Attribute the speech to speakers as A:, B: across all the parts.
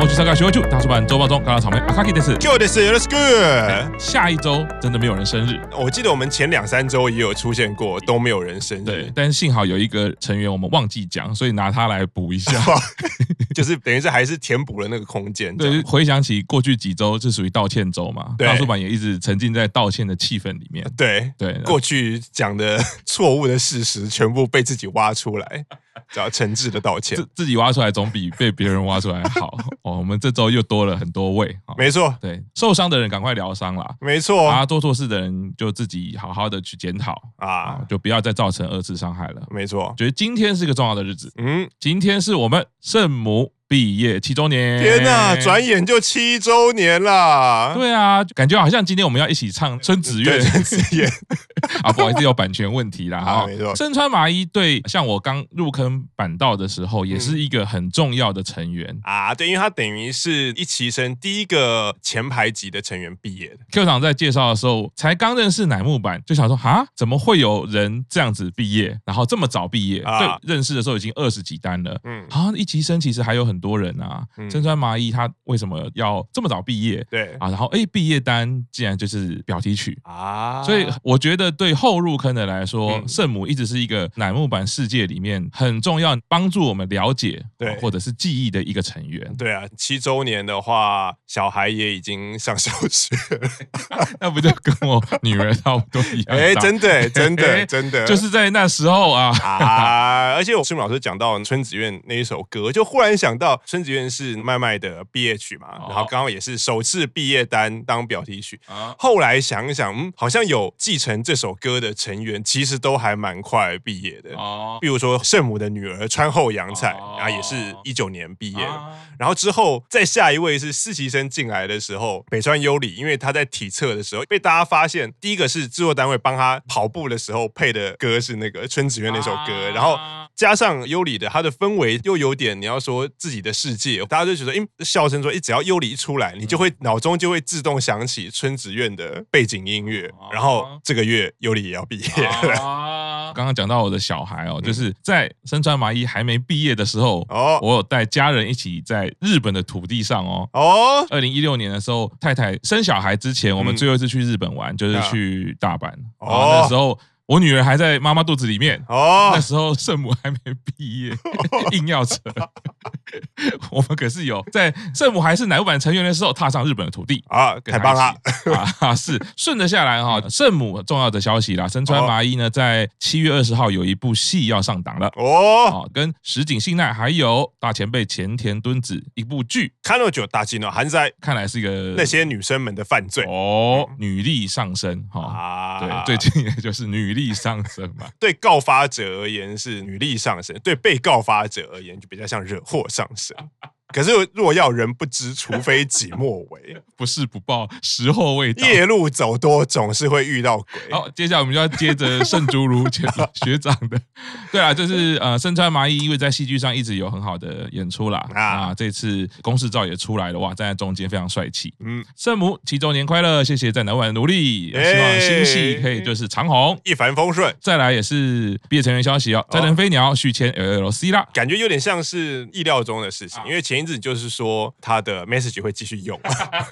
A: 我去参加学会处大叔版周报中看到草莓阿卡基的是。
B: Q 的是 Let's Go。
A: 下一周真的没有人生日，
B: 我记得我们前两三周也有出现过，都没有人生
A: 对
B: 日，，
A: 但是幸好有一个成员我们忘记讲，所以拿他来补一下。
B: 就是等于是还是填补了那个空间。这
A: 对，
B: 样，
A: 回想起过去几周是属于道歉周嘛，
B: 对
A: 大叔版也一直沉浸在道歉的气氛里面。
B: 对，
A: 对，然后
B: 过去讲的错误的事实全部被自己挖 出来，只要诚挚的道歉
A: 自。自己挖出来总比被别人挖出来 好。哦，我们这周又多了很多位。哦
B: 没错，
A: 对，受伤的人赶快疗伤啦，
B: 没错
A: 啊，
B: 啊
A: 做错事的人就自己好好的去检讨啊，就不要再造成二次伤害了。
B: 没错。
A: 觉得今天是个重要的日子，
B: 嗯，
A: 今天是我们圣母毕业七周年。
B: 天哪，转眼就七周年啦！
A: 对啊，感觉好像今天我们要一起唱《孙子
B: 对，
A: 乐》
B: 真是也
A: 啊，不好意思，有版权问题啦。
B: 啊
A: 哈
B: 没错
A: 身穿麻衣对，像我刚入坑板道的时候，也是一个很重要的成员。
B: 啊，对，因为他等于是一期生第一个前排级的成员毕业的，
A: Q 厂在介绍的时候，才刚认识乃木坂，就想说啊，怎么会有人这样子毕业，然后这么早毕业？
B: 啊
A: 对，认识的时候已经二十几单了。
B: 嗯，
A: 啊，一级生其实还有很多人啊。
B: 嗯
A: 身穿麻衣他为什么要这么早毕业
B: 对
A: 啊？然后哎，毕业单竟然就是表题曲。
B: 啊，
A: 所以我觉得对后入坑的来说，
B: 嗯
A: 圣母一直是一个乃木坂世界里面很重要，帮助我们了解
B: 对。
A: 或者是记忆的一个成员
B: 对啊，七周年的话，小孩也已经上小学了，
A: 那不就跟我女儿差不多 一样大？
B: 哎，真的，真
A: 哎
B: 的，真的，
A: 就是在那时候啊，
B: 啊！而且我顺老师讲到春子苑那一首歌，就忽然想到春子苑是麦麦的毕业曲嘛，
A: 哦
B: 然后刚刚也是首次毕业单当表题曲。后来想一想，嗯，好像有继承这首歌的成员，其实都还蛮快毕业的。
A: 哦
B: 比如说圣母的女儿川后洋菜，
A: 哦
B: 啊，也是一九年毕业的。
A: 啊
B: 然后之后再下一位是实习生进来的时候，北川优里，因为他在体测的时候被大家发现，第一个是制作单位帮他跑步的时候配的歌是那个春子苑那首歌，
A: 啊
B: 然后。加上优里的他的氛围又有点你要说自己的世界，大家就觉得，因笑声说，一只要优里一出来，你就
A: 嗯
B: 会脑中就会自动想起春子苑的背景音乐
A: 哦，
B: 然后这个月优里也要毕业了，
A: 啊刚刚讲到我的小孩哦，就是在身穿麻衣还没毕业的时候，
B: 嗯哦
A: 我有带家人一起在日本的土地上哦，
B: 哦，
A: 二零一六年的时候，太太生小孩之前，我们最后一次去日本玩，就是去大阪。
B: 啊
A: 然后那时候我女儿还在妈妈肚子里面，
B: 哦
A: 那，时候圣母还没毕业，硬要扯。我们可是有在圣母还是乃木坂成员的时候，踏上日本的土地。
B: 啊，
A: 跟
B: 太棒了，
A: 一起！啊，是顺着下来哈、圣母重要的消息啦，身川麻衣呢，在七月二十号有一部戏要上档了。
B: 哦，
A: 啊，跟石井信奈还有大前辈前田敦子一部剧，
B: 看到酒大吉呢，还在
A: 看来是一个
B: 那些女生们的犯罪
A: 哦，女力上升哈。
B: 啊，
A: 哦对，最近也就是女力上升嘛
B: 对告发者而言是女力上升，对被告发者而言就比较像惹祸上 身。可是若要人不知，除非己莫 为。
A: 不是不报，时候未到。
B: 夜路走多，总是会遇到鬼。
A: 好，接下来我们就要接着圣竹如前 学长的，对啊，就是呃，身川麻衣，因为在戏剧上一直有很好的演出啦，
B: 啊
A: 啊，这次公式照也出来了，哇，站在中间非常帅气。
B: 嗯，
A: 圣母七周年快乐，谢谢在南湾的努力，
B: 哎
A: 希望新戏可以就是长虹。
B: 一帆风顺，
A: 再来也是毕业成员消息哦，斋藤飞鸟续签 LLC 啦，
B: 感觉有点像是意料中的事
A: 啊
B: 情。因为前一阵子就是说他的 message 会继续用。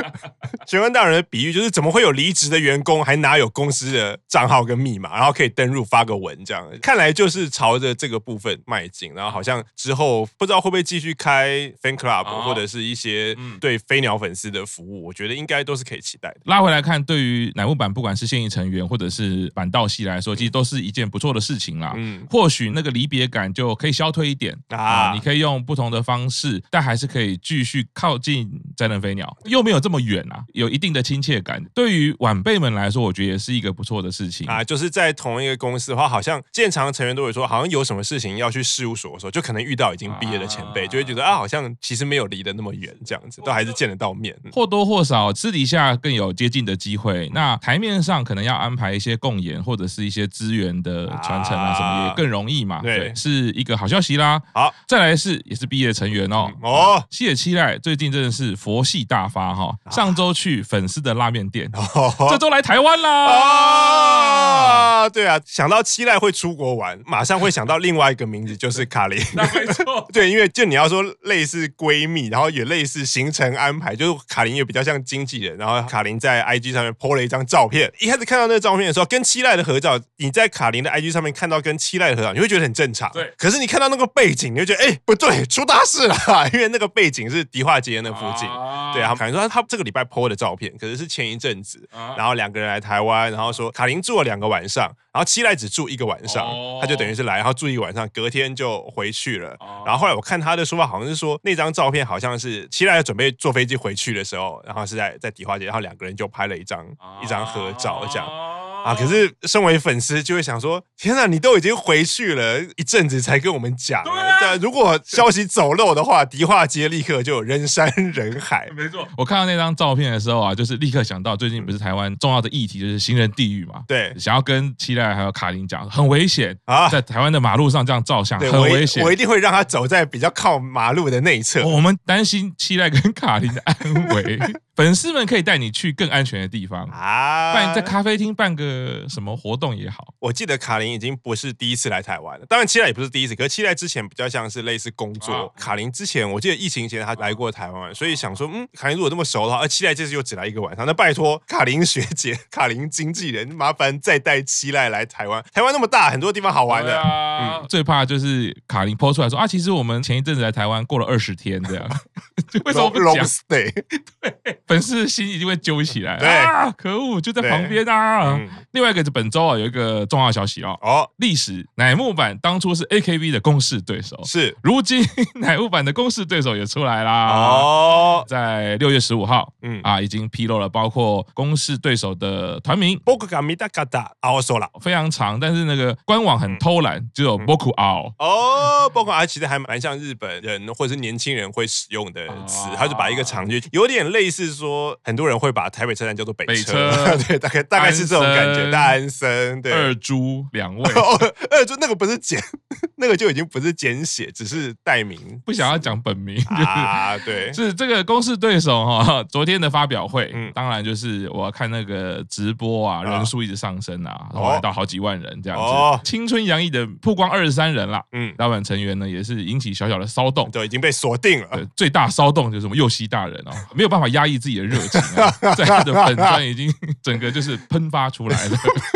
B: 玄关大人的比喻就是，怎么会有离职的员工还拿有公司的账号跟密码，然后可以登入发个文这样？看来就是朝着这个部分迈进。然后好像之后不知道会不会继续开 fan club、
A: 哦
B: 或者是一些
A: 嗯
B: 对飞鸟粉丝的服务，我觉得应该都是可以期待的。
A: 拉回来看，对于乃木坂不管是现役成员或者是板道系来说，其实都是一件不错的事情啦。
B: 嗯
A: 或许那个离别感就可以消退一点啊、
B: 啊
A: 你可以用不同的方式，但还是可以继续靠近灾难飞鸟，又没有这么远啊，有一定的亲切感。对于晚辈们来说，我觉得也是一个不错的事情
B: 啊，就是在同一个公司的话，好像建常成员都有说，好像有什么事情要去事务所的时候，就可能遇到已经毕业的前辈，
A: 啊
B: 就会觉得啊，好像其实没有离得那么远，这样子都还是见得到面。嗯
A: 或多或少私底下更有接近的机会。那台面上可能要安排一些共演或者是一些资源的传承啊，
B: 啊
A: 什么也更容易嘛。
B: 对
A: 是一个好消息啦。
B: 好，
A: 再来是也是毕业成员哦。
B: 哦，
A: 西野七濑最近真的是佛系大发哈，上周去粉丝的拉面店，
B: 啊哦
A: 这周来台湾啦。
B: 啊，对啊，想到期待会出国玩，马上会想到另外一个名字，就是卡琳。
A: 那没 错，
B: 对，因为就你要说类似闺蜜，然后也类似行程安排，就是卡琳也比较像经纪人。然后卡琳在 IG 上面 po 了一张照片，一开始看到那个照片的时候，跟期待的合照，你在卡琳的 IG 上面看到跟期待的合照，你会觉得很正常。
A: 对
B: 可是你看到那个背景，你就觉得哎、不对，出大事了，啊因为那个背景是迪化街那附近。对啊，卡琳说她她这个礼拜 po 的照片，可是是前一阵子，
A: 啊
B: 然后两个人来台湾，然后说卡琳住了两个晚上，然后七濑只住一个晚上，
A: 哦
B: 他就等于是来，然后住一个晚上，隔天就回去了。
A: 哦
B: 然后后来我看他的说法，好像是说那张照片好像是七濑准备坐飞机回去的时候，然后是在在迪化街，然后两个人就拍了一张、
A: 哦
B: 一张合照这样。啊！
A: 啊
B: 可是身为粉丝就会想说：天哪，你都已经回去了一阵子才跟我们讲，
A: 对啊
B: 但如果消息走漏的话，迪化街立刻就有人山人海。
A: 没错，我看到那张照片的时候啊，就是立刻想到最近不
B: 嗯
A: 是台湾重要的议题就是行人地狱嘛，
B: 对
A: 想要跟期待还有卡琳讲，很危险
B: 啊
A: 在台湾的马路上这样照相
B: 对，
A: 很
B: 我
A: 危
B: 一
A: 险哦
B: 我。一定会让他走在比较靠马路的内侧。
A: 我们担心期待跟卡琳的安 危，粉丝们可以带你去更安全的地方，
B: 啊！
A: 不然你在咖啡厅办个什么活动也好。
B: 我记得卡琳已经不是第一次来台湾了，当然七濑也不是第一次，可是七濑之前比较像是类似工作。
A: 啊
B: 卡琳之前我记得疫情前她来过台湾，所以想说，嗯，卡琳如果这么熟的话，而七濑这次又只来一个晚上，那拜托卡琳学姐、卡琳经纪人，麻烦再带七濑来台湾。台湾那么大，很多地方好玩
A: 对
B: 的。
A: 啊，
B: 嗯
A: 最怕就是卡琳抛出来说啊，其实我们前一阵子来台湾过了二十天这 样，就为什么不
B: Long-
A: 讲
B: long？stay？
A: 粉丝的心一定会揪起来。
B: 对
A: 啊，可恶，就在旁边啊
B: 嗯。
A: 另外一个是本周啊有一个重要消息哦，
B: 哦，
A: 历史乃木坂当初是 AKB 的公式对手，
B: 是
A: 如今乃木坂的公式对手也出来啦。
B: 哦，
A: 在六月十五号
B: 嗯啊，
A: 啊，已经披露了包括公式对手的团名。
B: 僕が見たかった青空。
A: 非常长，但是那个官网
B: 嗯
A: 很偷懒，只有 Boku Ao。
B: 哦，包括啊，其实还蛮像日本人或者是年轻人会使用的词
A: 哦，
B: 他就把一个长句，有点类似说，很多人会把台北车站叫做北
A: 北
B: 车，
A: 车
B: 对，大概大概是这种感
A: 安
B: 觉。
A: 生
B: 大安森，对，
A: 二猪两 位，
B: 哦，二就那个不是简，那个就已经不是简写，只是代名
A: 不想要讲本名， 就是
B: 啊，对，
A: 是这个公式对手哈、 昨天的发表会，
B: 嗯
A: 当然就是我看那个直播啊，
B: 啊
A: 人数一直上升啊，然
B: 哦
A: 后来到好几万人这样子。
B: 哦
A: 青春洋溢的曝光二十三人啦，
B: 嗯，
A: 老板成员呢也是引起小小的骚动。
B: 都已经被锁定了。
A: 对，最大骚动就是什么右西大人哦，没有办法压抑自己的热情、 啊，在他的粉砖已经整个就是喷发出来了，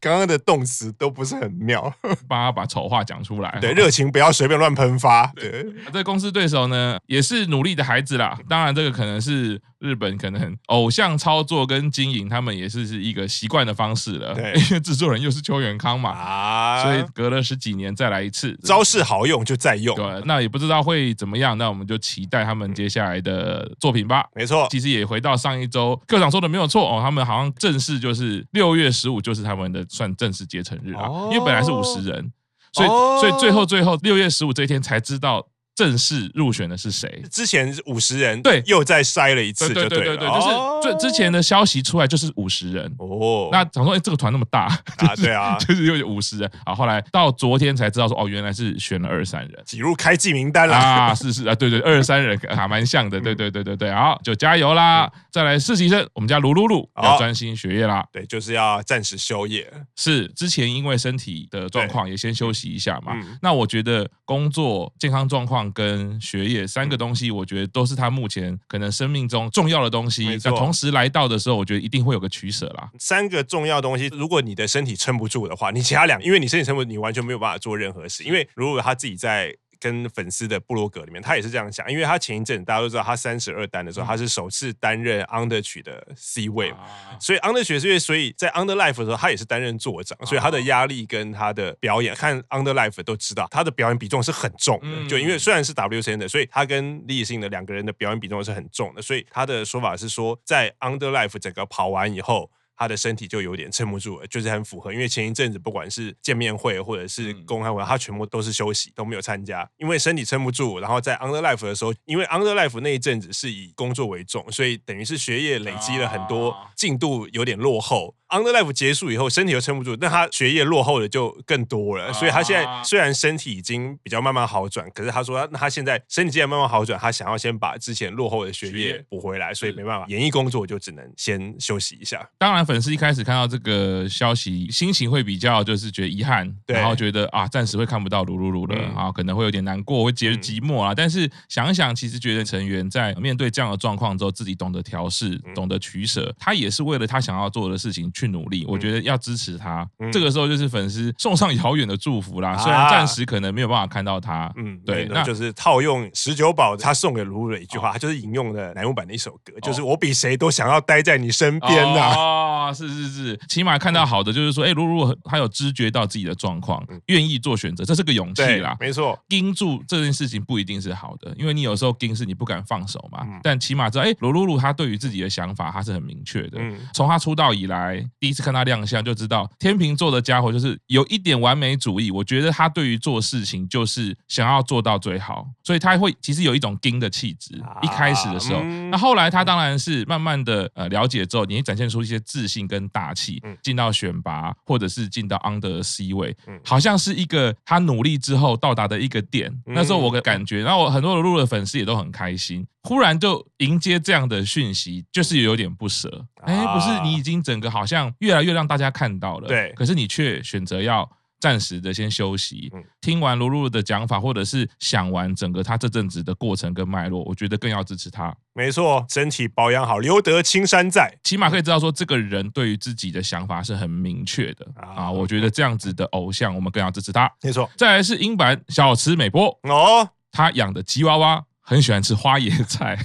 B: 刚刚的动词都不是很妙，
A: 帮他把丑话讲出来。
B: 对，热情不要随便乱喷发，对，
A: 这个公司对手呢，也是努力的孩子啦。当然，这个可能是日本可能偶像操作跟经营，他们也是是一个习惯的方式了。
B: 对
A: 因为制作人又是邱元康嘛，
B: 啊，
A: 所以隔了十几年再来一次。
B: 招式好用就再用，
A: 对，那也不知道会怎么样，那我们就期待他们接下来的作品吧。
B: 没错，
A: 其实也回到上一周，课长说的没有错哦，他们好像正式就是六月十五就是他们的算正式结成日啊，
B: 哦
A: 因为本来是五十人，所以、
B: 哦
A: 所以最后最后六月十五这一天才知道正式入选的是谁。
B: 之前五十人，
A: 对
B: 又再筛了一次
A: 对
B: 就
A: 对
B: 了，
A: 对对对，就是
B: 哦
A: 最之前的消息出来就是五十人。
B: 哦，
A: 那想说，哎、这个团那么大，
B: 啊对 啊
A: 就是又有五十人啊。后来到昨天才知道说，哦，原来是选了二三人
B: 挤入开季名单啦。嗯
A: 啊，是是啊，对对，二三人还蛮像的，对对对对对。好，就加油啦！再来实习生，我们家卢露露
B: 好
A: 要专心学业啦。
B: 对，就是要暂时休业。
A: 是之前因为身体的状况也先休息一下嘛。
B: 嗯
A: 那我觉得工作、健康状况跟学业三个东西，我觉得都是他目前可能生命中重要的东西
B: 没。
A: 那
B: 错
A: 同时来到的时候，我觉得一定会有个取舍啦。
B: 三个重要东西，如果你的身体撑不住的话，你其他两，因为你身体撑不住，你完全没有办法做任何事。因为如果他自己在跟粉丝的部落格里面，他也是这样想，因为他前一阵大家都知道，他三十二单的
A: 嗯
B: 时候，他是首次担任 Under 曲的 C 位嘛，
A: 啊
B: 所以 Under 学士，所以在 Under Life 的时候，他也是担任座长，所以他
A: 哦
B: 的压力跟他的表演，看 Under Life 都知道，他的表演比重是很重的。
A: 嗯
B: 就因为虽然是 WCN 的，所以他跟李信的两个人的表演比重是很重的，所以他的说法是说，在 Under Life 整个跑完以后。他的身体就有点撑不住了，就是很符合，因为前一阵子不管是见面会或者是
A: 嗯
B: 公开会，他全部都是休息，都没有参加，因为身体撑不住。然后在 Under Life 的时候，因为 Under Life 那一阵子是以工作为重，所以等于是学业累积了很多
A: 啊
B: 进度有点落后。 Underlife 结束以后，身体又撑不住，那他学业落后的就更多
A: 啊
B: 了。所以他现在虽然身体已经比较慢慢好转，可是他说他那他现在身体既然慢慢好转，他想要先把之前落后的学
A: 学
B: 业
A: 业
B: 补回来，所以
A: 是
B: 没办法，演艺工作就只能先休息一下。
A: 当然，粉丝一开始看到这个消息，心情会比较就是觉得遗憾，
B: 对
A: 然后觉得啊，暂时会看不到卢露露了
B: 嗯
A: 啊，可能会有点难过，会觉得
B: 嗯
A: 寂寞啊。但是想一想，其实觉得成员在面对这样的状况之后，自己懂得调试，
B: 嗯
A: 懂得取舍，他也是为了他想要做的事情去努力。我觉得要支持他。
B: 嗯
A: 这个时候就是粉丝送上遥远的祝福啦，
B: 啊
A: 虽然暂时可能没有办法看到他，
B: 嗯，
A: 对，
B: 那
A: 那啊
B: 就是套用十九宝他送给卢鲁的一句话，他就是引用的乃木坂的一首歌，就是我比谁都想要待在你身边啊呐、
A: 哦，是是是，起码看到好的就是说，哎、如如果他有知觉到自己的状况
B: 嗯，
A: 愿意做选择，这是个勇气
B: 对
A: 啦，。
B: 没错，
A: 盯住这件事情不一定是好的，因为你有时候盯是你不敢放手嘛。
B: 嗯
A: 但起码知道，哎，罗露露她对于自己的想法，她是很明确的。
B: 嗯
A: 从她出道以来，第一次看她亮相就知道，天秤座的家伙就是有一点完美主义。我觉得她对于做事情就是想要做到最好，所以她会其实有一种盯的气质。
B: 啊
A: 一开始的时候，
B: 嗯
A: 那后来她当然是慢慢的呃了解之后，你会展现出一些自信跟大气
B: 嗯，
A: 进到选拔或者是进到 under C 位，
B: 嗯
A: 好像是一个他努力之后到达的一个点。
B: 嗯
A: 那时候我的感觉，然后我很多的路的粉丝也都很开心，忽然就迎接这样的讯息，就是有点不舍。哎、
B: 啊
A: 不是你已经整个好像越来越让大家看到了，
B: 对
A: 可是你却选择要。暂时的先休息
B: 嗯，
A: 听完卢露的讲法，或者是想完整个他这阵子的过程跟脉络，我觉得更要支持他，
B: 没错，身体保养好，留得青山在。
A: 起码可以知道说这个人对于自己的想法是很明确的
B: 啊
A: 啊。我觉得这样子的偶像，我们更要支持他。
B: 没错，
A: 再来是英版小池美波，
B: 哦
A: 她养的吉娃娃很喜欢吃花椰菜。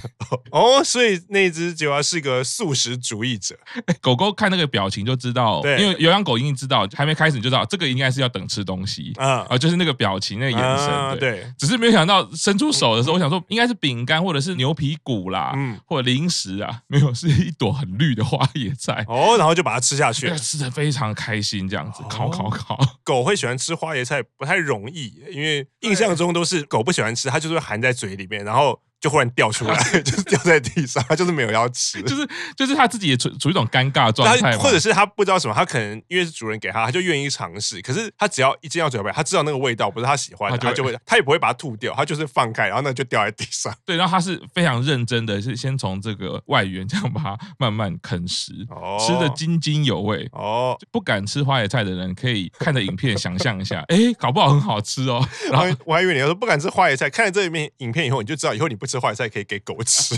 B: 哦，所以那只吉娃娃是个素食主义者，
A: 狗狗看那个表情就知道，
B: 对
A: 因为有养狗一定知道，还没开始你就知道这个应该是要等吃东西
B: 嗯
A: 啊、，就是那个表情、那个眼神。
B: 啊
A: 对，
B: 对，
A: 只是没有想到伸出手的时候，我想说应该是饼干或者是牛皮骨啦，
B: 嗯，
A: 或者零食啊， 没有是一朵很绿的花椰菜。
B: 哦，然后就把它吃下去
A: 对，。吃的非常开心，这样子
B: 哦
A: 烤烤烤，
B: 狗会喜欢吃花椰菜不太容易，因为印象中都是狗不喜欢吃，它就是会含在嘴里面，然后就忽然掉出来， 就是掉在地上，它就是没有要吃。
A: 啊 就是就是他自己也处处于一种尴尬的状态
B: 它
A: 嘛，
B: 或者是它不知道什么，它可能因为是主人给它，它就愿意尝试。可是它只要一进到嘴巴，它知道那个味道不是它喜欢的，
A: 它
B: 它
A: 就
B: 就
A: 会
B: 会，它也不会把它吐掉，它就是放开，然后那就掉在地上。
A: 对，然后他是非常认真的，是先从这个外缘这样把它慢慢啃食，
B: 哦
A: 吃的津津有味。
B: 哦，
A: 不敢吃花椰菜的人可以看着影片想象一下， 哎，搞不好很好吃哦。然
B: 然
A: 后
B: 后我还以为你要说不敢吃花椰菜，看了这一面影片以后，你就知道以后你不吃花椰菜可以给狗 吃。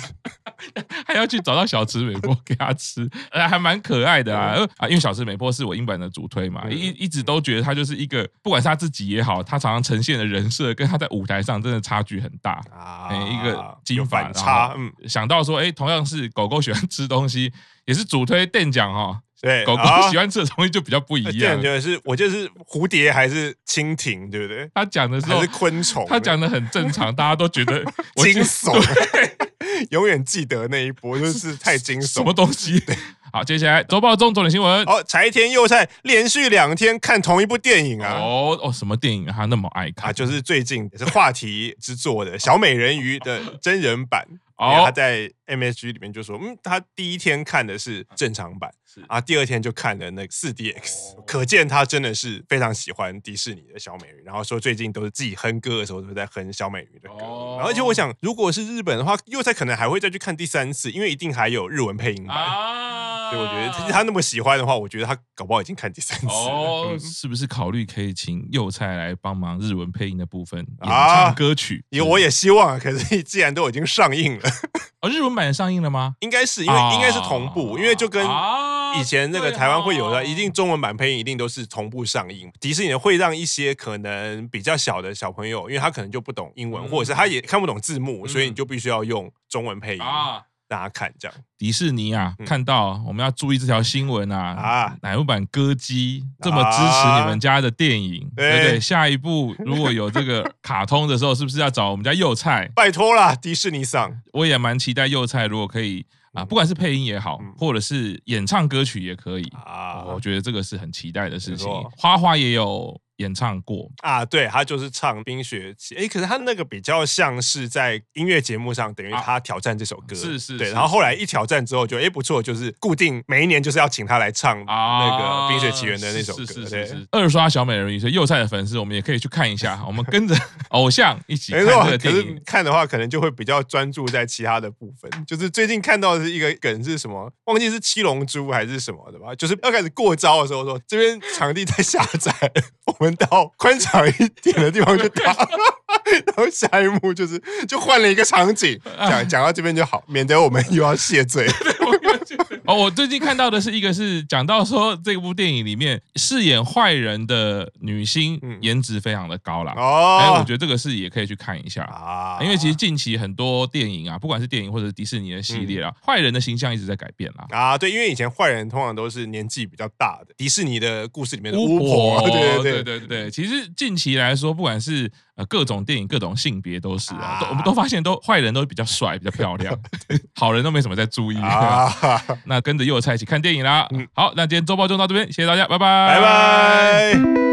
A: 还要去找到小池美波给他吃，呃，还蛮可爱的啊。呃啊，因为小池美波是我英版的主推嘛，
B: 哦嗯
A: 一一直都觉得他就是一个，不管是他自己也好，他常常呈现的人设跟他在舞台上真的差距很大。
B: 啊
A: 哎，一个
B: 有
A: 金发
B: 反差，
A: 然
B: 嗯
A: 后，想到说，哎，同样是狗狗喜欢吃东西， 也是主推店长哦，
B: 对，
A: 狗狗
B: 啊
A: 喜欢啊吃的东西就比较不一
B: 那这
A: 样
B: 样。就是我记得是蝴蝶还是蜻蜓，对不对？
A: 他讲的时
B: 还
A: 候
B: 是，昆虫？
A: 他讲的很正 常，大家都觉得我
B: 惊
A: 觉得
B: 悚， 永远记得那一波，就是太惊
A: 什
B: 悚
A: 么。东西。 好，接下来周报中重点新闻。
B: 哦，柴田佑菜连续两天看同一部电影啊。
A: 哦哦，什么电影啊他那么爱
B: 啊，
A: 看？
B: 就是最近也是话题之作的《小美人鱼》的真人版，因为他
A: 哦，
B: 在 MSG 里面就说，嗯，他第一天看的是正常版
A: 嗯是，哦
B: 啊，第二天就看了那四 DX，可见他真的是非常喜欢迪士尼的小美人鱼，然后说最近都是自己哼歌的时候都在哼小美人鱼的歌，
A: 哦
B: 然后而且我想，如果是日本的话，又才可能还会再去看第三次，因为一定还有日文配音版。
A: 啊，
B: 所以我觉得他他那么喜欢的话，我觉得他搞不好已经看第三次了。
A: 哦，
B: 嗯
A: 是不是考虑可以请幼菜来帮忙日文配音的部分演
B: 啊
A: 唱歌曲？
B: 也我也希望啊，可是 既然都已经上映了，
A: 哦，日文版上映了吗？
B: 应该是因为应该是同步，因为就跟
A: 哦啊
B: 以前那个台湾会有的，
A: 对哦
B: 一定中文版配音一定都是同步上映。迪士尼会让一些可能比较小的小朋友，因为他可能就不懂英文，
A: 嗯
B: 或者是他也看不懂字幕，
A: 嗯
B: 所以你就必须要用中文配音让
A: 啊。
B: 他看这样。
A: 迪士尼啊，
B: 嗯
A: 看到我们要注意这条新闻啊！
B: 啊
A: 啊，乃木坂歌姬这么支持你们家的电影，
B: 对
A: 对不对？下一步如果有这个卡通的时候，是不是要找我们家幼菜？
B: 拜托啦，迪士尼上
A: 我也蛮期待幼菜，如果可以啊，不管是配音也好
B: 嗯，
A: 或者是演唱歌曲也可以。
B: 啊
A: 哦我觉得这个是很期待的事情
B: 没错。
A: 花花也有演唱过。
B: 啊，对他就是唱《冰雪奇》，哎，可是他那个比较像是在音乐节目上，等于
A: 啊
B: 他挑战这首歌，
A: 是是
B: 对。
A: 是
B: 然后后来一挑战之后就，哎不错，就是固定每一年就是要请他来唱那个《冰雪奇缘》的那首
A: 啊
B: 歌，
A: 哦是是
B: 对
A: 是是二刷小美人鱼，所以幼菜的粉丝，我们也可以去看一 下，我们跟着偶像一起看
B: 没
A: 这
B: 错，
A: 个
B: 可
A: 电影
B: 是。看的话，可能就会比较专注在其他的部分。就是最近看到的是一个梗是什么，忘记是七龙珠还是什么的吧？就是要开始过招的时候说，这边场地在下载，我们到宽敞一点的地方去打。 然后下一幕就是就换了一个 场景，讲讲到这边就好，免得我们又要谢罪。
A: 哦，我最近看到的是一个是讲到说这部电影里面饰演坏人的女星
B: 嗯
A: 颜值非常的高啦，
B: 哦，
A: 哎，我觉得这个是也可以去看一下。
B: 啊
A: 因为其实近期很多电影啊，不管是电影或者是迪士尼的系
B: 嗯
A: 列啊，坏人的形象一直在改变啦。
B: 啊，对，因为以前坏人通常都是年纪比较大的，迪士尼的故事里面的
A: 巫
B: 婆，
A: 婆，
B: 对
A: 对
B: 对
A: 对对其实近期来说，不管是呃各种电影、各种性别都是啊，
B: 啊
A: 都我们都发现都坏人都比较帅、比较漂 亮，好人都没什么在注意。
B: 啊，
A: 那跟着幼菜一起看电影啦。
B: 嗯
A: 好，那今天周报就到这边，谢谢大家，拜拜，
B: 拜拜。